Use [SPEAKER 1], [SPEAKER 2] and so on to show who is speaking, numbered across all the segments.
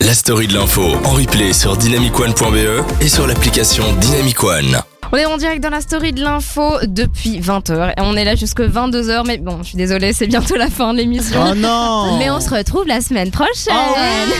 [SPEAKER 1] la story de l'info en replay sur dynamicone.be E et sur l'application Dynamicone.
[SPEAKER 2] On est en direct dans la story de l'info depuis 20h et on est là jusque 22h mais bon je suis désolée c'est bientôt la fin de l'émission
[SPEAKER 3] Oh non
[SPEAKER 2] mais on se retrouve la semaine prochaine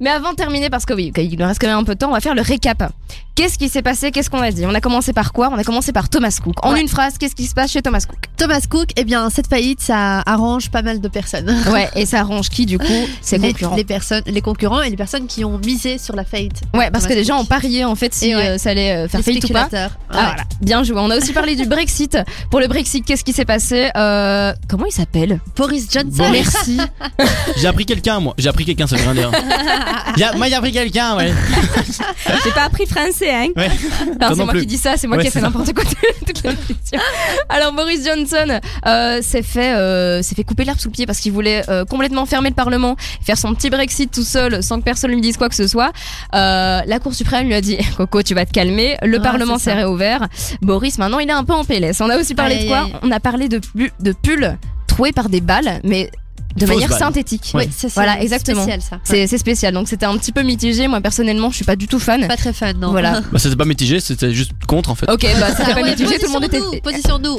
[SPEAKER 2] mais avant de terminer parce que oui il nous reste quand même un peu de temps on va faire le récap qu'est-ce qui s'est passé qu'est-ce qu'on a dit on a commencé par quoi on a commencé par Thomas Cook en
[SPEAKER 4] Ouais.
[SPEAKER 2] une phrase qu'est-ce qui se passe chez Thomas Cook
[SPEAKER 4] Thomas Cook, eh bien, cette faillite, ça arrange pas mal de personnes.
[SPEAKER 2] ouais et ça arrange qui du coup ses
[SPEAKER 4] les,
[SPEAKER 2] concurrents
[SPEAKER 4] les personnes, les concurrents et les personnes qui ont misé sur la faillite.
[SPEAKER 2] ouais parce que
[SPEAKER 4] Thomas
[SPEAKER 2] les gens ont
[SPEAKER 4] Cook.
[SPEAKER 2] parié en fait si
[SPEAKER 4] Et ouais.
[SPEAKER 2] euh, ça allait euh, faire
[SPEAKER 4] Les
[SPEAKER 2] faillite ou pas
[SPEAKER 4] spéculateurs.
[SPEAKER 2] Ah,
[SPEAKER 4] Ouais.
[SPEAKER 2] voilà. Bien joué. On a aussi parlé du Brexit. Pour le Brexit, qu'est-ce qui s'est passé Euh, Comment il s'appelle
[SPEAKER 4] Boris Johnson.
[SPEAKER 2] Merci.
[SPEAKER 3] J'ai appris quelqu'un, moi. J'ai appris quelqu'un, ça veut rien dire. Y a- moi, j'ai appris quelqu'un, ouais.
[SPEAKER 2] J'ai pas appris français, hein
[SPEAKER 3] Ouais.
[SPEAKER 2] Non, c'est
[SPEAKER 3] Toi non
[SPEAKER 2] moi
[SPEAKER 3] plus.
[SPEAKER 2] qui dis ça, c'est moi
[SPEAKER 3] Ouais,
[SPEAKER 2] qui ai fait
[SPEAKER 3] c'est ça.
[SPEAKER 2] n'importe quoi toute l'émission. Alors Boris Johnson euh, s'est fait, euh, s'est fait couper l'herbe sous le pied parce qu'il voulait euh, complètement fermer le Parlement, faire son petit Brexit tout seul sans que personne lui dise quoi que ce soit. Euh, la Cour suprême lui a dit Coco, tu vas te calmer. Le
[SPEAKER 4] Ouais,
[SPEAKER 2] Parlement
[SPEAKER 4] c'est
[SPEAKER 2] s'est
[SPEAKER 4] ça.
[SPEAKER 2] réouvert. Boris, maintenant, il est un peu en PLS. On a aussi parlé
[SPEAKER 4] Aïe,
[SPEAKER 2] de quoi
[SPEAKER 4] aïe.
[SPEAKER 2] On a parlé de, pu- de pulls troués par des balles, mais de
[SPEAKER 3] Fausses
[SPEAKER 2] manière
[SPEAKER 3] balles.
[SPEAKER 2] synthétique.
[SPEAKER 4] Oui, c'est ça.
[SPEAKER 2] Voilà, exactement.
[SPEAKER 4] Spécial, ça.
[SPEAKER 2] C'est c'est spécial, donc c'était un petit peu mitigé. Moi personnellement, je suis pas du tout fan.
[SPEAKER 4] pas très fan, non.
[SPEAKER 2] Voilà.
[SPEAKER 3] Bah, c'était pas mitigé, c'était juste contre, en fait.
[SPEAKER 2] Ok, bah
[SPEAKER 4] Ah,
[SPEAKER 2] c'était pas
[SPEAKER 4] ouais,
[SPEAKER 2] mitigé, tout le monde était.
[SPEAKER 4] positionnons-nous,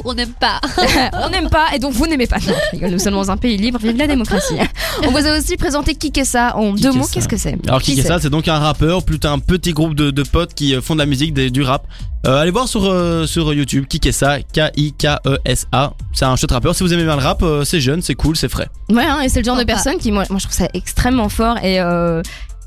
[SPEAKER 4] Positionnons-nous, on n'aime pas.
[SPEAKER 2] on n'aime pas et donc vous n'aimez pas. Non, je rigole, nous sommes dans un pays libre, vive la démocratie. On vous a aussi présenté qui qu'est ça en
[SPEAKER 3] Qui
[SPEAKER 2] deux
[SPEAKER 3] qu'est
[SPEAKER 2] mots,
[SPEAKER 3] ça
[SPEAKER 2] qu'est-ce que c'est
[SPEAKER 3] Alors qui,
[SPEAKER 2] Qui
[SPEAKER 3] est ça C'est donc un rappeur, plus un petit groupe de, de potes qui euh, font de la musique, des- du rap. Euh, allez voir sur euh, sur YouTube qui est ça K I K E S A. C'est un chouette rappeur. Si vous aimez bien le rap, euh, c'est jeune, c'est cool, c'est frais.
[SPEAKER 2] Ouais, hein, et c'est le genre de
[SPEAKER 4] Sympa.
[SPEAKER 2] personne qui, moi, moi, je trouve ça extrêmement fort et euh,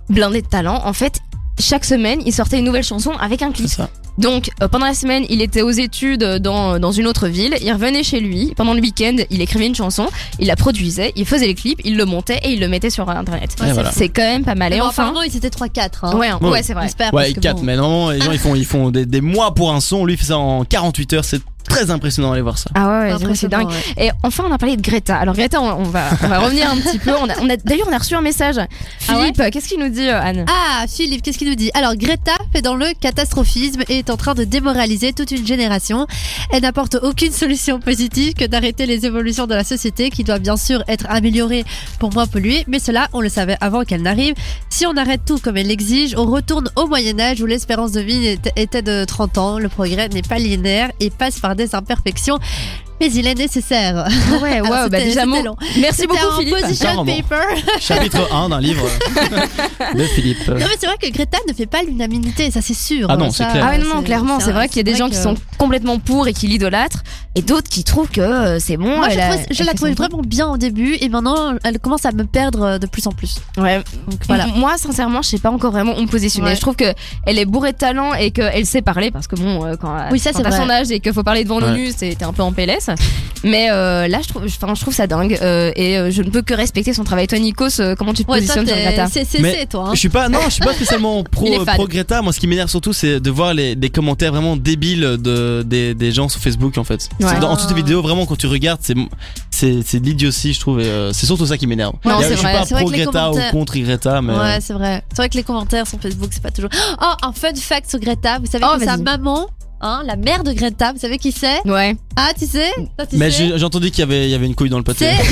[SPEAKER 2] blindé de talent. En fait, chaque semaine, il sortait une nouvelle chanson avec un clip.
[SPEAKER 3] ça.
[SPEAKER 2] Donc, euh, pendant la semaine, il était aux études euh, dans, dans une autre ville, il revenait chez lui. Pendant le week-end, il écrivait une chanson, il la produisait, il faisait les clips, il le montait et il le mettait sur Internet.
[SPEAKER 3] Ouais, voilà.
[SPEAKER 2] C'est quand même pas mal. Et
[SPEAKER 4] Mais bon,
[SPEAKER 2] enfin.
[SPEAKER 4] apparemment, ils étaient 3-4. Hein.
[SPEAKER 2] Eh ben, Ouais, hein,
[SPEAKER 3] Ouais.
[SPEAKER 2] ouais c'est vrai.
[SPEAKER 4] J'espère.
[SPEAKER 3] Ouais,
[SPEAKER 4] parce que
[SPEAKER 3] 4
[SPEAKER 4] bon.
[SPEAKER 3] Mais normalement les gens ils font ils font des, des mois pour un son. Lui il fait ça en 48 heures. C'est très impressionnant. Allez voir ça.
[SPEAKER 2] Ah ouais, ouais, c'est- c'est
[SPEAKER 4] Impressionnant,
[SPEAKER 2] dingue.
[SPEAKER 4] ouais.
[SPEAKER 2] Et enfin, on a parlé de Greta. Alors Greta, on, on va, on va revenir un petit peu. On a, on a- D'ailleurs, on a reçu un message. Philippe, qu'est-ce qu'il nous dit, euh, Anne
[SPEAKER 4] Ah, Philippe, qu'est-ce qu'il nous dit Alors, Greta fait dans le catastrophisme et est en train de démoraliser toute une génération. Elle n'apporte aucune solution positive que d'arrêter les évolutions de la société qui doit bien sûr être améliorée pour moins polluer, mais cela, on le savait avant qu'elle n'arrive. Si on arrête tout comme elle l'exige, on retourne au Moyen-Âge où l'espérance de vie n'était- était de 30 ans. Le progrès n'est pas linéaire et passe par des imperfections, mais il est nécessaire.
[SPEAKER 2] Ouais,
[SPEAKER 4] Alors,
[SPEAKER 2] waouh, bah
[SPEAKER 4] c'était-
[SPEAKER 2] déjà
[SPEAKER 4] c'était
[SPEAKER 2] mot.
[SPEAKER 4] long.
[SPEAKER 2] Merci
[SPEAKER 4] C'était
[SPEAKER 2] beaucoup,
[SPEAKER 4] un
[SPEAKER 2] Philippe.
[SPEAKER 4] Position
[SPEAKER 3] Carrément.
[SPEAKER 4] paper.
[SPEAKER 3] Chapitre 1 d'un livre euh, de Philippe.
[SPEAKER 4] Non mais c'est vrai que Greta ne fait pas l'unanimité, ça c'est sûr.
[SPEAKER 3] Ah non,
[SPEAKER 4] Hein,
[SPEAKER 3] c'est
[SPEAKER 4] ça,
[SPEAKER 3] clair.
[SPEAKER 2] Ah ouais, non, non, clairement, c'est vrai qu'il y a des
[SPEAKER 4] c'est
[SPEAKER 2] gens
[SPEAKER 4] vrai
[SPEAKER 2] qui
[SPEAKER 4] que-
[SPEAKER 2] sont complètement pour et qui l'idolâtrent, et d'autres qui trouvent que euh, c'est bon.
[SPEAKER 4] Moi, je,
[SPEAKER 2] elle a-
[SPEAKER 4] trouve- je
[SPEAKER 2] elle
[SPEAKER 4] la
[SPEAKER 2] fait
[SPEAKER 4] trouvais
[SPEAKER 2] son truc.
[SPEAKER 4] vraiment bien au début et maintenant elle commence à me perdre euh, de plus en plus.
[SPEAKER 2] Ouais.
[SPEAKER 4] Donc voilà.
[SPEAKER 2] M- Moi, sincèrement, je sais pas encore vraiment où me positionner.
[SPEAKER 4] Ouais.
[SPEAKER 2] Je trouve que elle est bourrée de talent et qu'elle sait parler parce que bon, euh, quand,
[SPEAKER 4] Oui, ça,
[SPEAKER 2] quand
[SPEAKER 4] c'est
[SPEAKER 2] t'as
[SPEAKER 4] vrai.
[SPEAKER 2] son âge et qu'il faut parler devant
[SPEAKER 3] Ouais.
[SPEAKER 2] l'ONU, c'est- t'es un peu en PLS. Mais euh, là, je trouve, enfin, je trouve ça dingue euh, et euh, je ne peux que respecter son travail. Toi, Nikos, euh, comment tu te
[SPEAKER 4] toi,
[SPEAKER 2] positionnes sur
[SPEAKER 4] t'es-
[SPEAKER 2] Greta
[SPEAKER 4] c'est
[SPEAKER 3] Mais-
[SPEAKER 4] c'est- c'est, toi. hein.
[SPEAKER 3] Je suis pas, non, je suis pas spécialement pro,
[SPEAKER 2] Il est fan.
[SPEAKER 3] pro Greta. Moi, ce qui m'énerve surtout, c'est de voir les, des commentaires vraiment débiles de, des, des gens sur Facebook, en fait. C'est
[SPEAKER 2] Ouais.
[SPEAKER 3] dans- en toutes les vidéos, vraiment, quand tu regardes, c'est, c'est, c'est de l'idiotie, je trouve. et, euh, c'est surtout ça qui m'énerve.
[SPEAKER 2] Non,
[SPEAKER 3] Et,
[SPEAKER 2] c'est
[SPEAKER 3] je suis
[SPEAKER 2] vrai,
[SPEAKER 3] pas
[SPEAKER 4] c'est vrai
[SPEAKER 3] pro
[SPEAKER 4] que les
[SPEAKER 3] Greta ou
[SPEAKER 4] commentaires-
[SPEAKER 3] contre Greta, mais.
[SPEAKER 4] hein.
[SPEAKER 3] euh,
[SPEAKER 4] Ouais, c'est vrai. C'est vrai que les commentaires sur Facebook, c'est pas toujours. Oh, un fun fact sur Greta. Vous savez
[SPEAKER 2] Oh,
[SPEAKER 4] que sa
[SPEAKER 2] vas-y.
[SPEAKER 4] maman, hein, la mère de Greta, vous savez qui c'est
[SPEAKER 2] Ouais.
[SPEAKER 4] Ah, tu sais Toi, tu
[SPEAKER 3] Mais
[SPEAKER 4] sais
[SPEAKER 3] j'ai, j'ai entendu qu'il y avait, il y avait une couille dans le pâté.
[SPEAKER 4] C'est